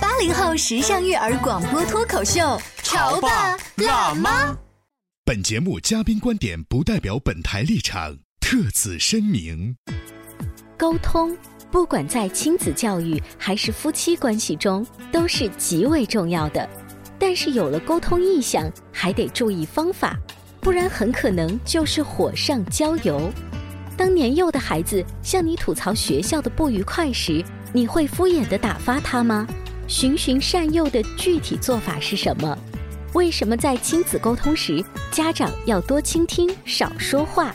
八零后时尚育儿广播脱口秀，潮爸辣妈。妈。本节目嘉宾观点不代表本台立场，特此声明。沟通，不管在亲子教育还是夫妻关系中，都是极为重要的。但是有了沟通意向，还得注意方法，不然很可能就是火上浇油。当年幼的孩子向你吐槽学校的不愉快时，你会敷衍地打发他吗？循循善诱的具体做法是什么？为什么在亲子沟通时，家长要多倾听，少说话？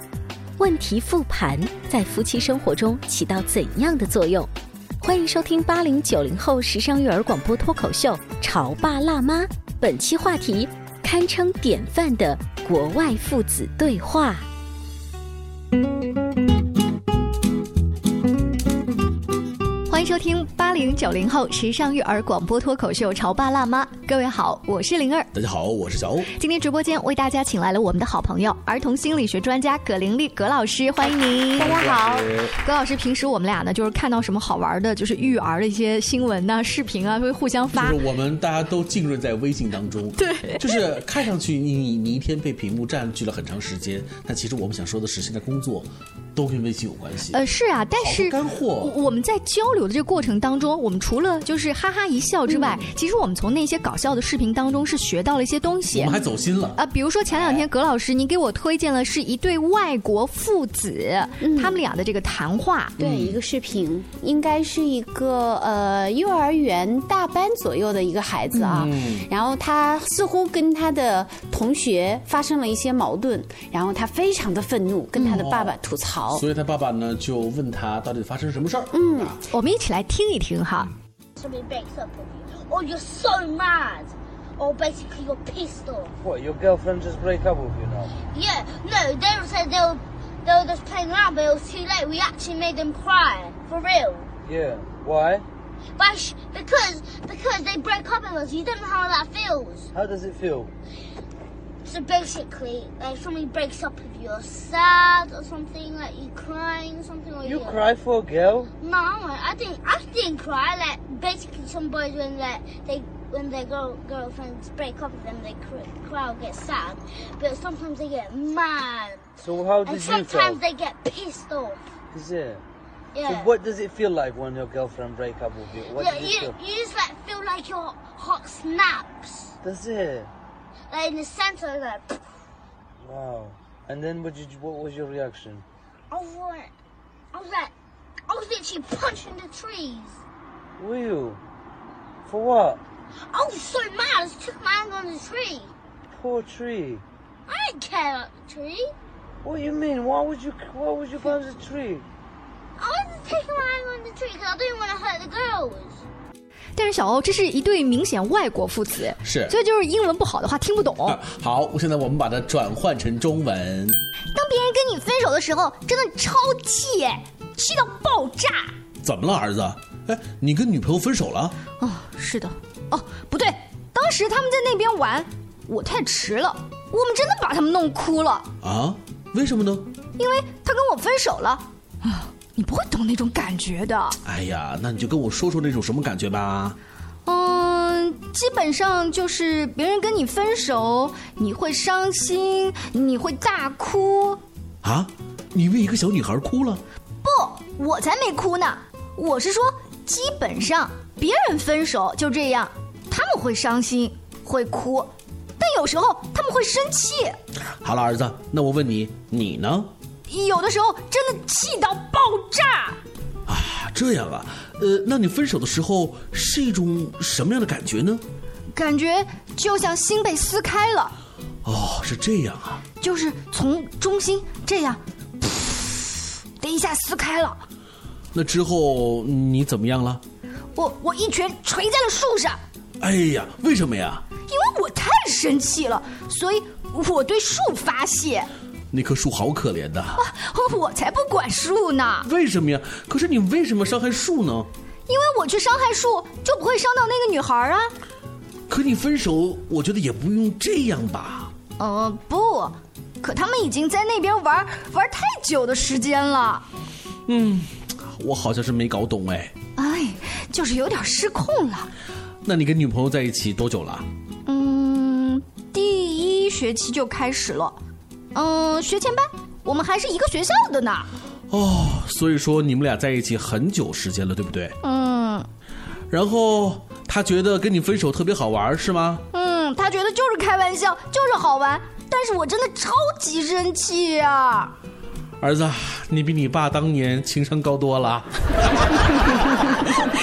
问题复盘在夫妻生活中起到怎样的作用？欢迎收听八零九零后时尚育儿广播脱口秀《潮爸辣妈》，本期话题堪称典范的国外父子对话。欢迎收听八零九零后时尚育儿广播脱口秀《潮爸辣妈》。各位好，我是灵儿。大家好，我是小欧。今天直播间为大家请来了我们的好朋友、儿童心理学专家葛玲丽葛老师，欢迎您。大家好，葛老师。平时我们俩呢，就是看到什么好玩的，就是育儿的一些新闻呐、视频啊，会互相就发是。我们大家都浸润在微信当中，对，就是看上去你你你一天被屏幕占据了很长时间，但其实我们想说的是，现在工作都跟微信有关系。呃，是啊，但好是多干我货，我们在交流的这个过程当中，我们除了就是哈哈一笑之嗯外，其实我们从那些搞笑的视频当中是学到了一些东我西们。还走哎心了。啊，比如说前两天葛老师，您给我推荐了是一对外国父子，嗯他们俩的这个谈话，对，一个视频，应该是一个呃幼儿园大班左右的一个孩子啊，嗯然后他似乎跟他的同学发生了一些矛盾，然后他非常的愤怒，跟他的爸爸吐嗯槽。哦所以他爸爸呢就问他到底发生什么事儿。嗯啊我们一起来听一听哈。 somebody backs up on you, or you're so mad, or basically you're pissed off. What, your girlfriend just break up with you now? Yeah, no, they were said they were they were just playing around, but it was too late. We actually made them cry for real. Yeah. Why? By sh- because because they broke up with us. You don't know how that feels. How does it feel? So basically, like somebody breaks up with you, you're sad or something, like you're crying or something. Or You you're- cry for a girl? No, I didn't. I didn't cry. Like basically, some boys when like they when their girl girlfriends break up with them, they cry, cry or get sad. But sometimes they get mad, So how and did you feel? sometimes they get pissed off. Yeah. So Yeah. what does it feel like when your girlfriend break up with you? What yeah, does it you, feel? you just like feel like your heart snaps, Does it? like in the center, like Wow. And then what did you, what was your reaction? I was like, I was like, I was literally punching the trees. Were you? For what? I was so mad, I just took my hand on the tree. Poor tree. I didn't care about the tree. What do you mean? Why would you why would you punch the tree? I wasn't taking my hand on the tree because I didn't want to hurt the girls. 但是小欧，这是一对明显外国父子，是所以就是英文不好的话听不懂。啊好，现在我们把它转换成中文。当别人跟你分手的时候，真的超气耶，气到爆炸。怎么了，儿子？哎，你跟女朋友分手了？哦，是的，哦，不对，当时他们在那边玩，我太迟了，我们真的把他们弄哭了，啊？为什么呢？因为他跟我分手了啊，你不会懂那种感觉的。哎呀，那你就跟我说说那种什么感觉吧。嗯，基本上就是别人跟你分手，你会伤心，你会大哭。啊，你为一个小女孩哭了？不，我才没哭呢，我是说，基本上别人分手就这样，他们会伤心，会哭，但有时候他们会生气。好了，儿子，那我问你，你呢？有的时候真的气到爆炸。啊，这样啊，呃，那你分手的时候是一种什么样的感觉呢？感觉就像心被撕开了，哦，是这样啊，就是从中心这样，噗的一下撕开了。那之后你怎么样了？我我一拳捶在了树上，哎呀，为什么呀？因为我太生气了，所以我对树发泄。 那棵树好可怜的，我才不管树呢，为什么呀？可是你为什么伤害树呢？因为我去伤害树就不会伤到那个女孩啊。可你分手，我觉得也不用这样吧。嗯、不，可他们已经在那边玩玩太久的时间了，嗯，我好像是没搞懂哎。哎，就是有点失控了。那你跟女朋友在一起多久了？嗯，第一学期就开始了，嗯，学前班，我们还是一个学校的呢。哦，所以说你们俩在一起很久时间了，对不对？嗯然后他觉得跟你分手特别好玩，是吗？嗯，他觉得就是开玩笑，就是好玩，但是我真的超级生气啊！儿子，你比你爸当年情商高多了。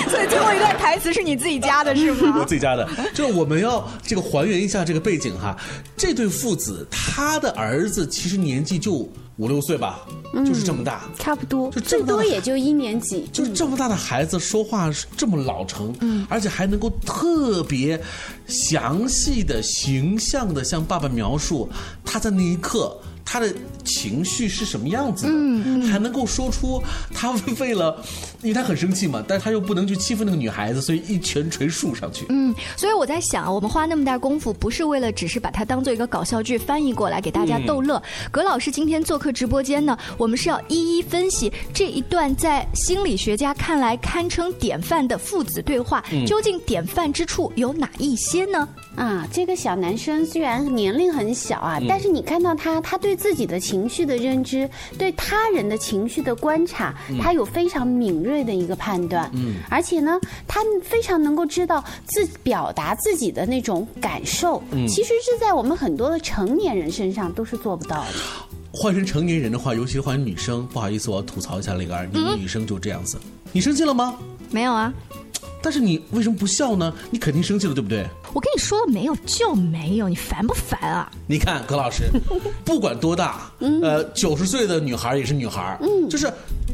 所以最后一段台词是你自己加的，是吗？我自己加的，就是我们要这个还原一下这个背景哈。这对父子，他的儿子其实年纪就五六岁吧，就是这么大。差不多，就这最么大的多也就一年级。就是这么大的孩子说话这么老成，嗯，而且还能够特别详细的、形象的向爸爸描述他在那一刻他的情绪是什么样子的，嗯，还能够说出他为了，因为他很生气嘛，但是他又不能去欺负那个女孩子，所以一拳捶树上去。嗯，所以我在想，我们花那么大功夫，不是为了只是把它当做一个搞笑剧翻译过来给大家逗乐。葛老师今天做客直播间呢，我们是要一一分析这一段在心理学家看来堪称典范的父子对话，究竟典范之处有哪一些呢？啊，这个小男生虽然年龄很小啊，但是你看到他，他对自己的情绪的认知，对他人的情绪的观察，他有非常敏锐的一个判断。嗯，而且呢，他非常能够知道自表达自己的那种感受。嗯，其实是在我们很多的成年人身上都是做不到的。换成成年人的话，尤其是换成女生，不好意思，我要吐槽一下雷个儿，你们女生就这样子。你生气了吗？没有啊，但是你为什么不笑呢？你肯定生气了，对不对？我跟你说了没有就没有，你烦不烦啊？你看葛老 师，不管多大，呃，九十岁的女孩也是女孩，嗯，就是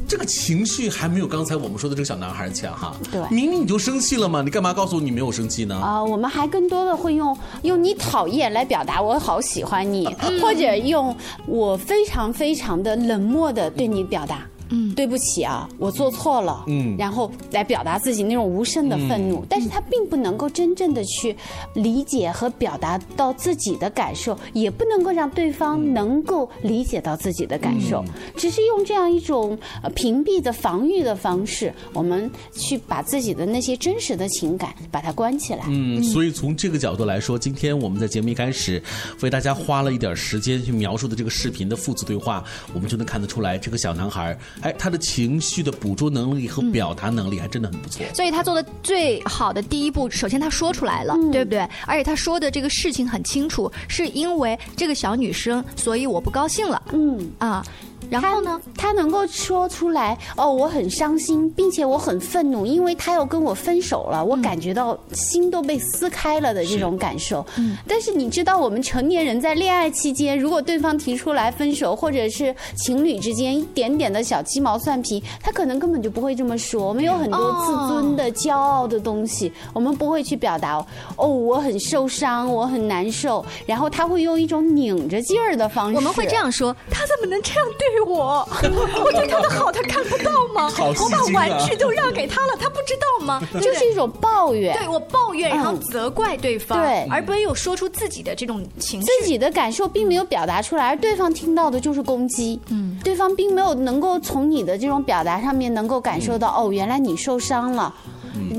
这个情绪还没有刚才我们说的这个小男孩强哈。对明明你就生气了嘛，你干嘛告诉我你没有生气呢？啊、我们还更多的会用用你讨厌来表达我好喜欢你，或者用我非常非常的冷漠的对你表达。嗯，对不起啊，我做错了。嗯然后来表达自己那种无声的愤怒，但是他并不能够真正的去理解和表达到自己的感受，也不能够让对方能够理解到自己的感受，只是用这样一种呃屏蔽的防御的方式，我们去把自己的那些真实的情感把它关起来。嗯，所以从这个角度来说，今天我们在节目一开始为大家花了一点时间去描述的这个视频的父子对话，我们就能看得出来，这个小男孩，哎，他的情绪的捕捉能力和表达能力还真的很不错。所以他做的最好的第一步，首先他说出来了，对不对？而且他说的这个事情很清楚，是因为这个小女生，所以我不高兴了嗯。啊。然后呢？他能够说出来哦，我很伤心，并且我很愤怒，因为他要跟我分手嗯了，我感觉到心都被撕开了的这种感受。嗯但是你知道，我们成年人在恋爱期间，如果对方提出来分手，或者是情侣之间一点点的小鸡毛蒜皮，他可能根本就不会这么说。我们有很多自尊的、骄傲的东西，我们不会去表达哦，我很受伤，我很难受，然后他会用一种拧着劲儿的方式，我们会这。样说：他怎么能这样对我？ 我对他的好，他看不到吗？好我把戏精啊玩具都让给他了，他不知道吗？ 就就是一种抱怨，对我抱怨，然后嗯责怪对方，对而没有说出自己的这种情绪。自己的感受并没有表达出来，而对方听到的就是攻击。嗯，对方并没有能够从你的这种表达上面能够感受到，哦，原来你受伤了。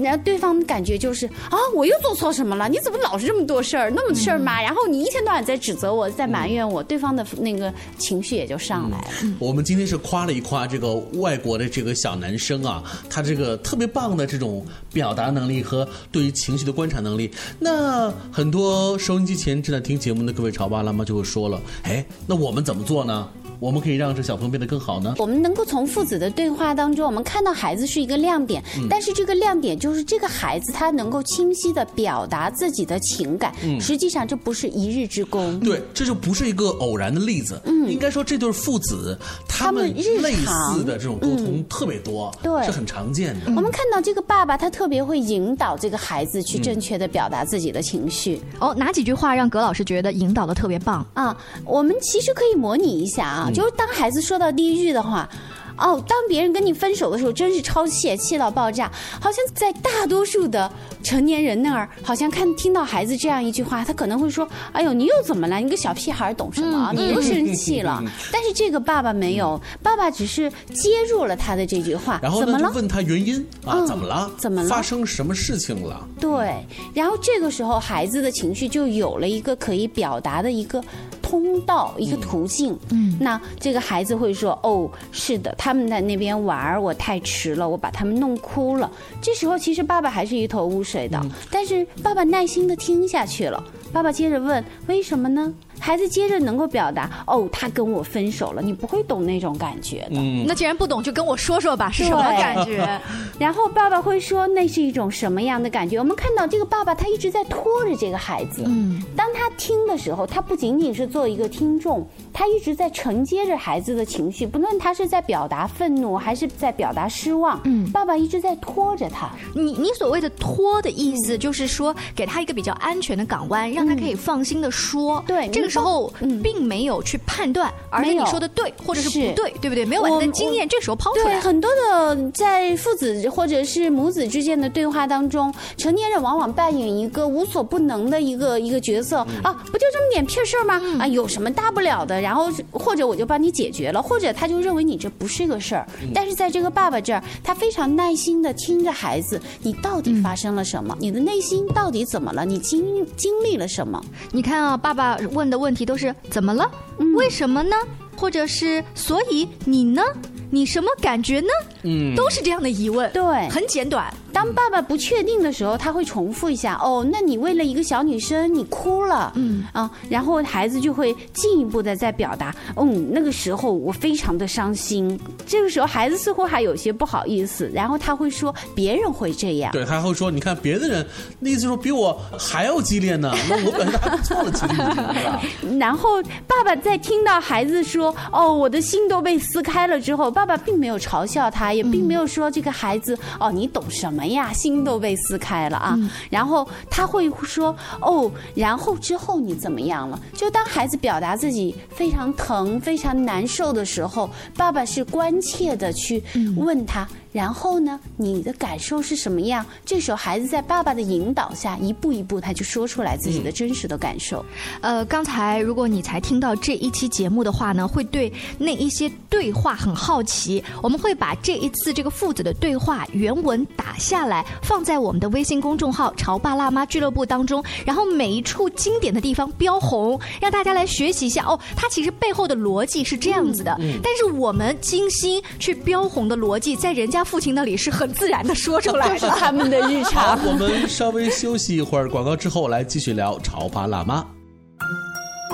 然后对方感觉就是啊，我又做错什么了？你怎么老是这么多事儿，那么事儿嘛？然后你一天到晚在指责我，在埋怨我，对方的那个情绪也就上来了。 我们今天是夸了一夸这个外国的这个小男生啊，他这个特别棒的这种表达能力和对于情绪的观察能力。那很多收音机前正在听节目的各位潮爸辣妈就会说了，哎，那我们怎么做呢？我们可以让这小朋友变得更好呢？我们能够从父子的对话当中，我们看到孩子是一个亮点，嗯但是这个亮点就是这个孩子他能够清晰的表达自己的情感，嗯实际上这不是一日之功。对，这就不是一个偶然的例子，嗯应该说这对父子他们们日类常似的这种沟通特别多，对是很常见的。我们看到这个爸爸，他特别会引导这个孩子去正确的表达自己的情绪。哦，哪几句话让葛老师觉得引导的特别棒？啊，我们其实可以模拟一下啊，嗯就是当孩子说到第一句的话。哦，当别人跟你分手的时候，真是超气，气到爆炸。好像在大多数的成年人那儿，好像看听到孩子这样一句话，他可能会说：“哎呦，你又怎么了？你个小屁孩儿懂什么啊？嗯你又生 气了。嗯但是这个爸爸没有，爸爸只是接住了他的这句话，然后怎呢，么就了？问他原因啊，嗯怎么了？怎么了发生什么事情了？对，然后这个时候孩子的情绪就有了一个可以表达的一个通道，一个途径。嗯，那这个孩子会说：“哦，是的，他们在那边玩儿，我太迟了，我把他们弄哭了。”这时候其实爸爸还是一头雾水的，嗯但是爸爸耐心的听下去了。爸爸接着问：“为什么呢？”孩子接着能够表达：“哦，他跟我分手了，你不会懂那种感觉的。”嗯那既然不懂，就跟我说说吧，是对什么感觉？然后爸爸会说那是一种什么样的感觉？我们看到这个爸爸他一直在拖着这个孩子。嗯，当他听的时候，他不仅仅是做一个听众，他一直在承接着孩子的情绪，不论他是在表达愤怒还是在表达失望。嗯爸爸一直在拖着他。你你所谓的拖的意思，嗯就是说给他一个比较安全的港湾，让他可以放心的说。对嗯这个时候并没有去判断，而是没你有说的对或者是是不对，对不对？没有把我你的经验这时候抛出对，来。很多的在父子或者是母子之间的对话当中，成年人往往扮演一个无所不能的一个一个角色、嗯啊，不就这么点屁事儿吗？啊，有什么大不了的？然后或者我就帮你解决了，或者他就认为你这不是个事儿。嗯但是在这个爸爸这儿，他非常耐心的听着孩子，你到底发生了什么？你的内心到底怎么了？你经经历了什么？你看啊，爸爸问的问题都是怎么了？嗯为什么呢？或者是所以你呢？你什么感觉呢？嗯都是这样的疑问，对，很简短。当爸爸不确定的时候，他会重复一下：“哦，那你为了一个小女生，你哭了。”嗯啊，然后孩子就会进一步的在表达：“嗯，那个时候我非常的伤心。”这个时候孩子似乎还有些不好意思，然后他会说：“别人会这样。”对，他还会说，你看别的人，那意思说比我还要激烈呢，那我表现的还不错了，其实你知道吧然后爸爸在听到孩子说“哦，我的心都被撕开了”之后，爸爸并没有嘲笑他，也并没有说这个孩子“哦，你懂什么呀，心都被撕开了啊”然后他会说“哦，然后之后你怎么样了？”就当孩子表达自己非常疼、非常难受的时候，爸爸是关切的去问他。然后呢？你的感受是什么样？这时候，孩子在爸爸的引导下，一步一步，他就说出来自己的真实的感受。呃，刚才如果你才听到这一期节目的话呢，会对那一些对话很好奇。我们会把这一次这个父子的对话原文打下来，放在我们的微信公众号“潮爸辣妈俱乐部”当中，然后每一处经典的地方标红，让大家来学习一下。哦，它其实背后的逻辑是这样子的，但是我们精心去标红的逻辑，在人家父亲那里是很自然的说出来的。他们的日 好，我们稍微休息一会儿，广告之后来继续聊潮爸辣妈。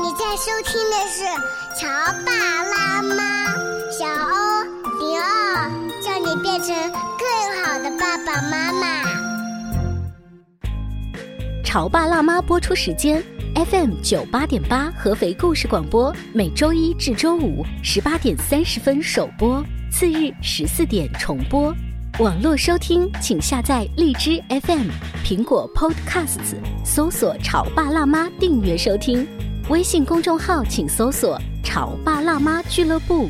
你在收听的是《潮爸辣妈》，小欧零二，叫你变成更好的爸爸妈妈。 《潮爸辣妈》播出时间：FM 九八点八合肥故事广播，每周一至周五十八点三十分首播，次日十四点重播。网络收听，请下载荔枝 FM、苹果 Podcasts，搜索“潮爸辣妈”订阅收听。微信公众号请搜索“潮爸辣妈俱乐部”。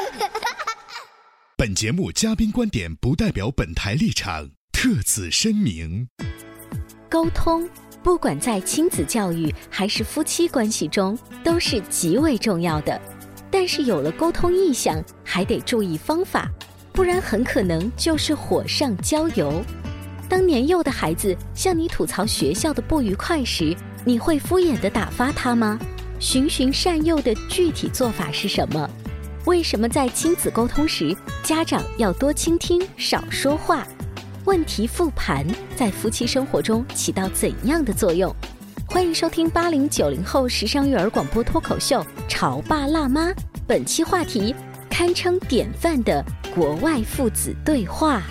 本节目嘉宾观点不代表本台立场，特此声明。沟通，不管在亲子教育还是夫妻关系中，都是极为重要的。但是有了沟通意向，还得注意方法，不然很可能就是火上浇油。当年幼的孩子向你吐槽学校的不愉快时，你会敷衍地打发他吗？循循善诱的具体做法是什么？为什么在亲子沟通时，家长要多倾听、少说话？问题复盘在夫妻生活中起到怎样的作用？欢迎收听八零九零后时尚育儿广播脱口秀《潮爸辣妈》，本期话题堪称典范的国外父子对话。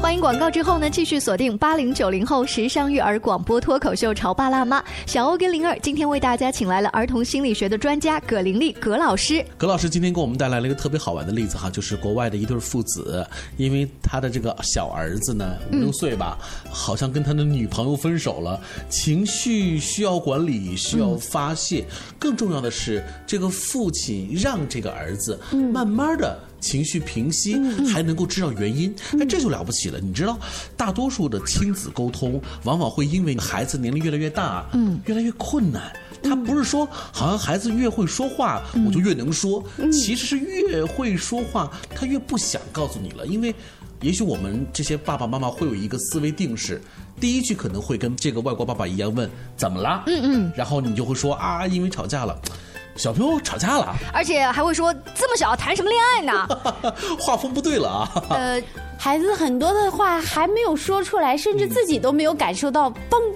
欢迎广告之后呢，继续锁定八零九零后时尚育儿广播脱口秀《潮爸辣妈》，小欧跟灵儿今天为大家请来了儿童心理学的专家葛玲丽葛老师。葛老师今天给我们带来了一个特别好玩的例子哈，就是国外的一对父子，因为他的这个小儿子呢五嗯六岁吧，好像跟他的女朋友分手了，情绪需要管理，需要发泄，更重要的是，这个父亲让这个儿子慢慢的。情绪平息，还能够知道原因，哎，这就了不起了。你知道，大多数的亲子沟通往往会因为孩子年龄越来越大，嗯越来越困难。他不是说好像孩子越会说话，我就越能说，其实是越会说话，他越不想告诉你了，因为。也许我们这些爸爸妈妈会有一个思维定式，第一句可能会跟这个外国爸爸一样问怎么啦，嗯嗯，然后你就会说啊，因为吵架了，小朋友吵架了，而且还会说这么小谈什么恋爱 呢？画风不对了啊，呃，孩子很多的话还没有说出来，甚至自己都没有感受到，嘣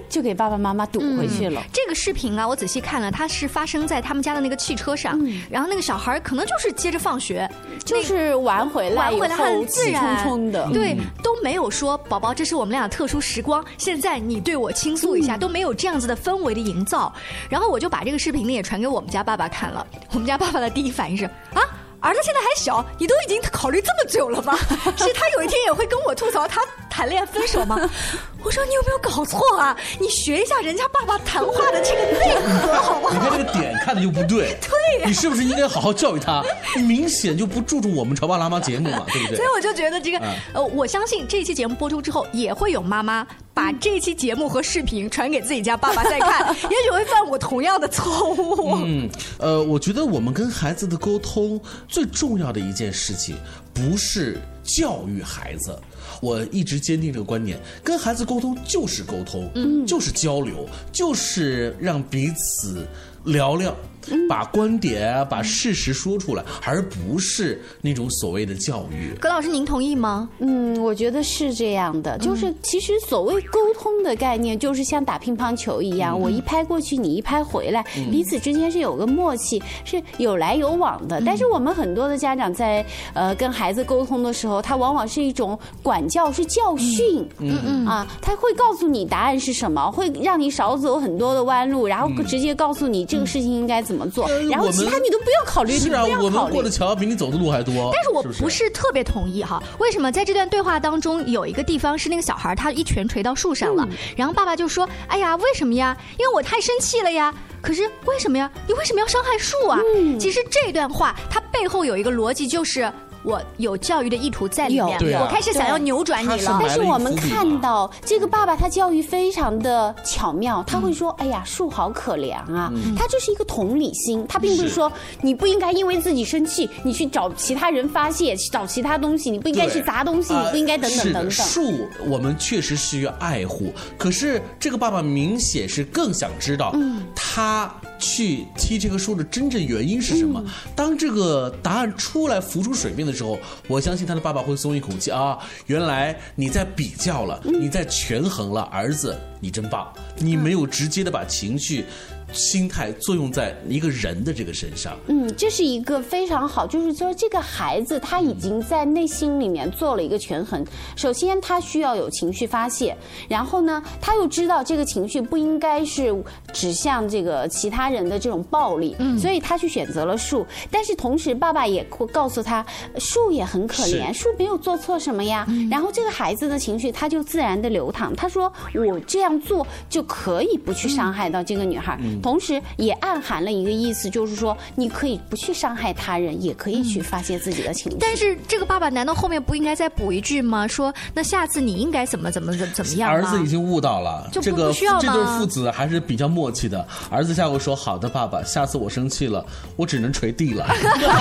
就给爸爸妈妈堵回去了。这个视频啊，我仔细看了，它是发生在他们家的那个汽车上，然后那个小孩儿可能就是接着放学，嗯就是玩回来玩回来以后很自然，气冲冲的对，嗯都没有说宝宝，这是我们俩特殊时光，现在你对我倾诉一嗯下，都没有这样子的氛围的营造。然后我就把这个视频呢也传给我们家爸爸看了，我们家爸爸的第一反应是啊。儿子现在还小，你都已经考虑这么久了吗？ 是他有一天也会跟我吐槽他谈恋爱分手吗？ 我说你有没有搞错啊？你学一下人家爸爸谈话的这个内核好不好？你看这个点看的就不对， 对呀你是不是应该好好教育他？明显就不注重我们潮爸辣妈节目嘛，对不对？所以我就觉得这个嗯，呃，我相信这期节目播出之后，也会有妈妈把这期节目和视频传给自己家爸爸再看，也许会犯我同样的错误。嗯，呃，我觉得我们跟孩子的沟通最重要的一件事情，不是教育孩子。我一直坚定这个观点，跟孩子沟通就是沟通，嗯就是交流，就是让彼此聊聊，嗯把观点啊，把事实说出来，而不是那种所谓的教育。葛老师，您同意吗？嗯，我觉得是这样嗯的，就是其实所谓沟通的概念，就是像打乒乓球一嗯样，我一拍过去，你一拍回来，嗯彼此之间是有个默契，是有来有往嗯的。但是我们很多的家长在呃跟孩子沟通的时候，他往往是一种管教，是教训，嗯嗯啊，他会告诉你答案是什么，会让你少走很多的弯路，然后嗯直接告诉你这个事情应该怎么做，然我后们其他你都不要考虑，是啊，你不要我考们虑过的桥比你走的路还多。但是我不不是特别同意哈，为什么在这段对话当中有一个地方是那个小孩儿他一拳捶到树上了，然后爸爸就说：“哎呀，为什么呀？因为我太生气了呀。”可是为什么呀？你为什么要伤害树啊？其实这段话它背后有一个逻辑，就是我有教育的意图在里面，对啊我开始想要扭转你了。但是我们看到这个爸爸，他教育非常的巧妙，他会说：“哎呀，树好可怜啊！”嗯他这是一个同理心，他并不是是说你不应该因为自己生气，你去找其他人发泄，去找其他东西，你不应该对去砸东西，你呃不应该等是的等等等。树我们确实需要爱护，可是这个爸爸明显是更想知道，嗯他去踢这棵树的真正原因是什嗯么。当这个答案出来浮出水面的时候，我相信他的爸爸会松一口气啊，原来你在比较了，嗯你在权衡了，儿子，你真棒，你没有直接的把情绪、心态作用在一个人的这个身上。嗯，这是一个非常好，就是说这个孩子他已经在内心里面做了一个权衡。首先，他需要有情绪发泄，然后呢，他又知道这个情绪不应该是指向这个其他人的这种暴力，所以他去选择了树。但是同时，爸爸也会告诉他，树也很可怜，是树哎没有做错什么呀。然后这个孩子的情绪他就自然的流淌，他说我这样做就可以不去伤害到这个女孩，嗯嗯，同时也暗含了一个意思，就是说你可以不去伤害他人，也可以去发泄自己的情绪。但是这个爸爸难道后面不应该再补一句吗？说那下次你应该怎么怎么怎么怎么样、啊？儿子已经悟到了，就不这个不需要这对吗父子还是比较默契的。儿子下回说：“好的，爸爸，下次我生气了，我只能捶地 了。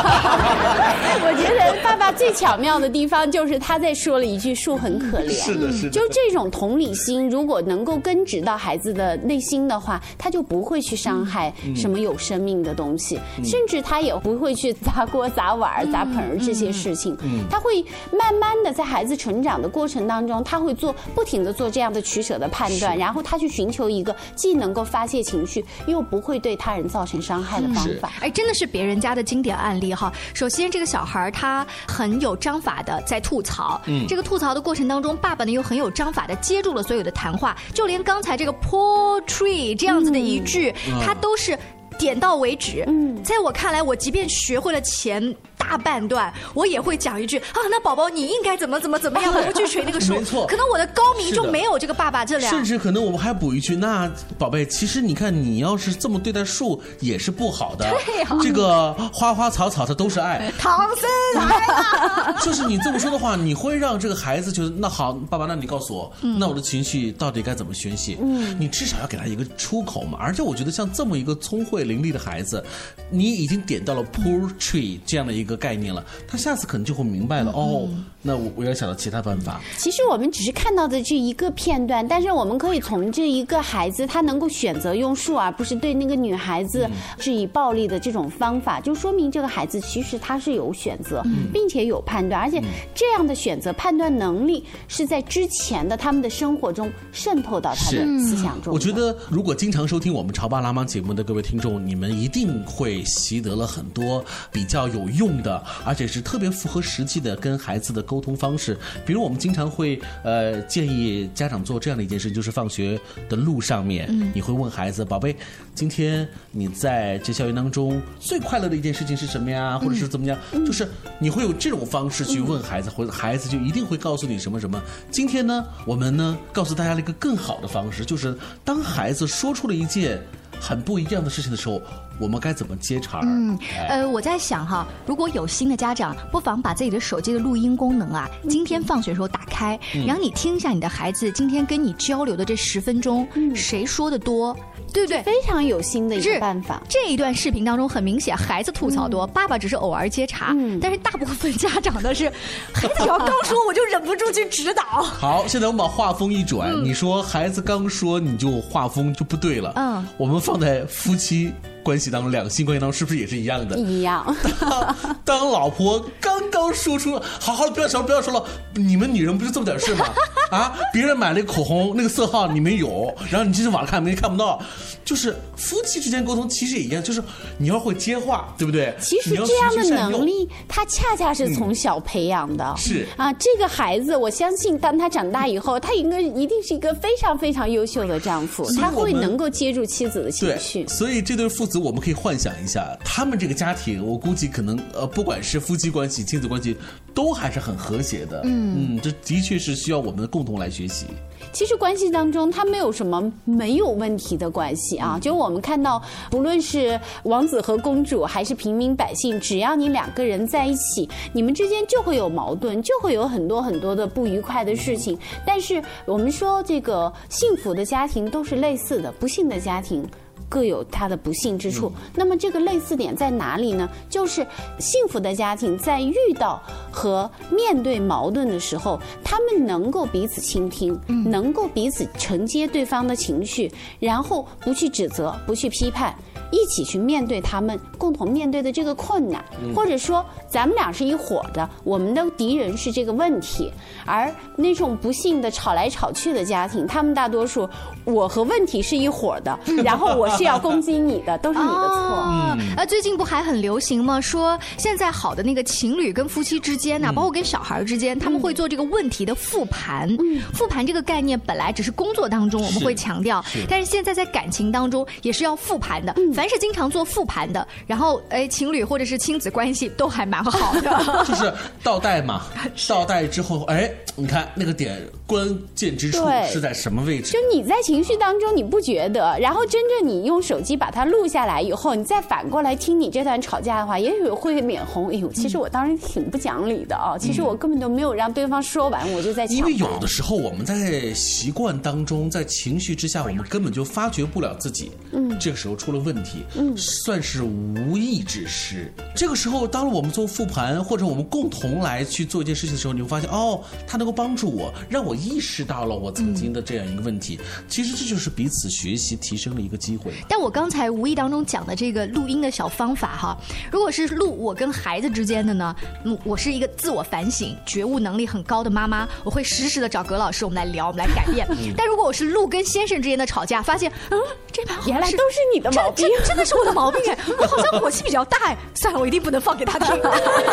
哎我觉得爸爸最巧妙的地方就是他在说了一句“树很可怜”，是的是的就这种同理心，如果能够根植到孩子的内心的话，他就不会去伤害嗯什么有生命的东西，嗯甚至他也不会去砸锅砸碗儿、砸盆儿这些事情。嗯嗯他会慢慢的在孩子成长的过程当中，他会做不停的做这样的取舍的判断，然后他去寻求一个既能够发泄情绪，又不会对他人造成伤害的方法。哎，真的是别人家的经典案例哈。首先，这个小孩儿他很有章法的在吐槽，嗯这个吐槽的过程当中，爸爸呢又很有章法的接住了所有的谈话，就连刚才这个 poetry 这样子的一句，嗯他都是。点到为止。嗯，在我看来，我即便学会了前大半段，我也会讲一句啊，那宝宝你应该怎么怎么怎 么样，我不去捶那个树。没错可能我的高明是就的没有这个爸爸”这俩。甚至可能我们还补一句：“那宝贝，其实你看，你要是这么对待树也是不好的。对呀这个花花草草它都是爱。”唐僧来了。就是你这么说的话，你会让这个孩子觉得那好，爸爸，那你告诉我，嗯那我的情绪到底该怎么宣泄？嗯你至少要给他一个出口嘛。而且我觉得像这么一个聪慧伶俐的孩子，你已经点到了 poetry 这样的一个概念了，他下次可能就会明白嗯了。哦，那我我要想到其他办法。其实我们只是看到的这一个片段，但是我们可以从这一个孩子他能够选择用术，而不是对那个女孩子嗯是以暴力的这种方法，就说明这个孩子其实他是有选择，嗯并且有判断，而嗯且这样的选择判断能力是在之前的他们的生活中渗透到他的思想中的。我觉得，如果经常收听我们《潮爸辣妈》节目的各位听众，你们一定会习得了很多比较有用的，而且是特别符合实际的跟孩子的沟通方式。比如，我们经常会呃建议家长做这样的一件事，就是放学的路上面，嗯你会问孩子：“宝贝，今天你在这校园当中最快乐的一件事情是什么嗯呀？或者是怎么样？”就是你会有这种方式去问孩子，或者孩子就一定会告诉你什么什么。今天呢，我们呢告诉大家了一个更好的方式，就是当孩子说出了一件很不一样的事情的时候，我们该怎么接茬儿？嗯，哎呃，我在想哈，如果有新的家长，不妨把自己的手机的录音功能啊，今天放学的时候打开，嗯然后你听一下你的孩子今天跟你交流的这十分钟，谁说的多，对不对？非常有新的一个办法。这一段视频当中，很明显孩子吐槽多，爸爸只是偶尔接茬，但是大部分家长呢是，孩子只要刚说，我就忍不住去指导。好，现在我们把话锋一转，你说孩子刚说你就画风就不对了，嗯，我们放在夫妻关系当中、两性关系当中是不是也是一样的？一样， 当老婆刚刚说出“好好，不要说了，不要说了”，你们女人不就这么点事 吗？啊，别人买了个口红，那个色号你没有，然后你进去网上看，没看不到，就是夫妻之间沟通其实也一样，就是你要会接话，对不对？其实你要这样循序的善诱嗯能力，他恰恰是从小培养的。是啊，这个孩子，我相信当他长大以后，他应该一定是一个非常非常优秀的丈夫所，以他我会们能够接住妻子的情对绪。，所以这对父子，我们可以幻想一下，他们这个家庭，我估计可能呃，不管是夫妻关系、亲子关系，都还是很和谐的。嗯嗯，这的确是需要我们共同来学习。其实关系当中，它没有什么没有问题的关系啊。就是我们看到，不论是王子和公主，还是平民百姓，只要你两个人在一起，你们之间就会有矛盾，就会有很多很多的不愉快的事情。但是我们说，这个幸福的家庭都是类似的，不幸的家庭。各有它的不幸之处。那么这个类似点在哪里呢？就是幸福的家庭在遇到和面对矛盾的时候，他们能够彼此倾听，能够彼此承接对方的情绪，然后不去指责，不去批判。一起去面对他们共同面对的这个困难，嗯或者说咱们俩是一伙的，我们的敌人是这个问题，而那种不幸的吵来吵去的家庭，他们大多数我和问题是一伙 的，然后我是要攻击你的，都是你的错。哦，嗯呃，最近不还很流行吗？说现在好的那个情侣跟夫妻之间嗯呐、包括跟小孩儿之间，他们会做这个问题的复盘。复盘这个概念本来只是工作当中我们是会强调，是但是现在在感情当中也是要复盘的。凡凡是经常做复盘的，然后哎，情侣或者是亲子关系都还蛮好的。 就是倒带嘛，倒带之后，哎，你看那个点关键之处对是在什么位置就？你在情绪当中你不觉得，然后真正你用手机把它录下来以后，你再反过来听你这段吵架的话，也许会脸红。哎呦，其实我当时挺不讲理的啊，其实我根本都没有让对方说完，我就在嗯抢因。为有的时候我们在习惯当中，在情绪之下，我们根本就发觉不了自己，嗯这个时候出了问题，嗯算是无意之失。这个时候，当我们做复盘或者我们共同来去做一件事情的时候，你会发现，哦，它能够帮助我，让我意识到了我曾嗯经的这样一个问题。其实这就是彼此学习提升的一个机会。但我刚才无意当中讲的这个录音的小方法哈，如果是录我跟孩子之间的呢，嗯，我是一个自我反省、觉悟能力很高的妈妈，我会时时的找葛老师我们来聊，我们来改 变。嗯但如果我是录跟先生之间的吵架，发现嗯，这 盘好像原来都是你的毛病这这真的是我的毛病哎，我好像火气比较大哎，算了，我一定不能放给他听，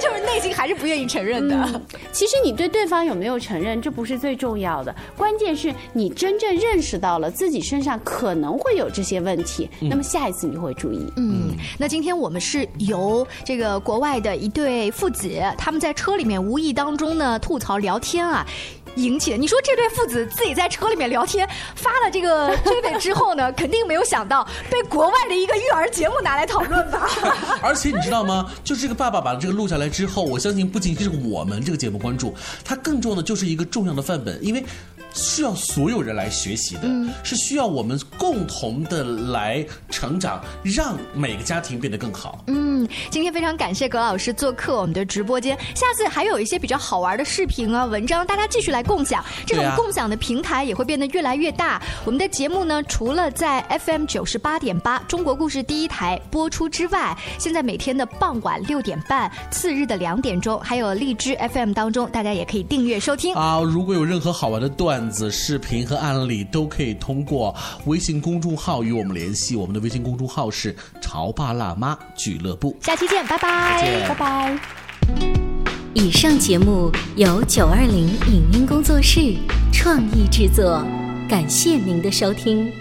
就是内心还是不愿意承认的。嗯其实你对对方有没有承认，这不是最重要的，关键是你真正认识到了自己身上可能会有这些问题，嗯那么下一次你就会注意。嗯，那今天我们是由这个国外的一对父子，他们在车里面无意当中呢吐槽聊天啊。引起的，你说这对父子自己在车里面聊天，发了这个追尾之后呢， 肯定没有想到被国外的一个育儿节目拿来讨论吧？ 而且你知道吗？就是这个爸爸把这个录下来之后，我相信不仅是我们这个节目关注，它更重要的就是一个重要的范本，因为。是要所有人来学习的，是需要我们共同的来成长，让每个家庭变得更好。嗯，今天非常感谢葛老师做客我们的直播间，下次还有一些比较好玩的视频啊、文章，大家继续来共享。这种对啊共享的平台也会变得越来越大。我们的节目呢，除了在 FM 九十八点八中国故事第一台播出之外，现在每天的傍晚六点半、次日的两点钟，还有荔枝 FM 当中，大家也可以订阅收听。啊，如果有任何好玩的段子、视频和案例，都可以通过微信公众号与我们联系。我们的微信公众号是“潮爸辣妈俱乐部”。下期见，拜拜，再见拜拜。以上节目由九二零影音工作室创意制作，感谢您的收听。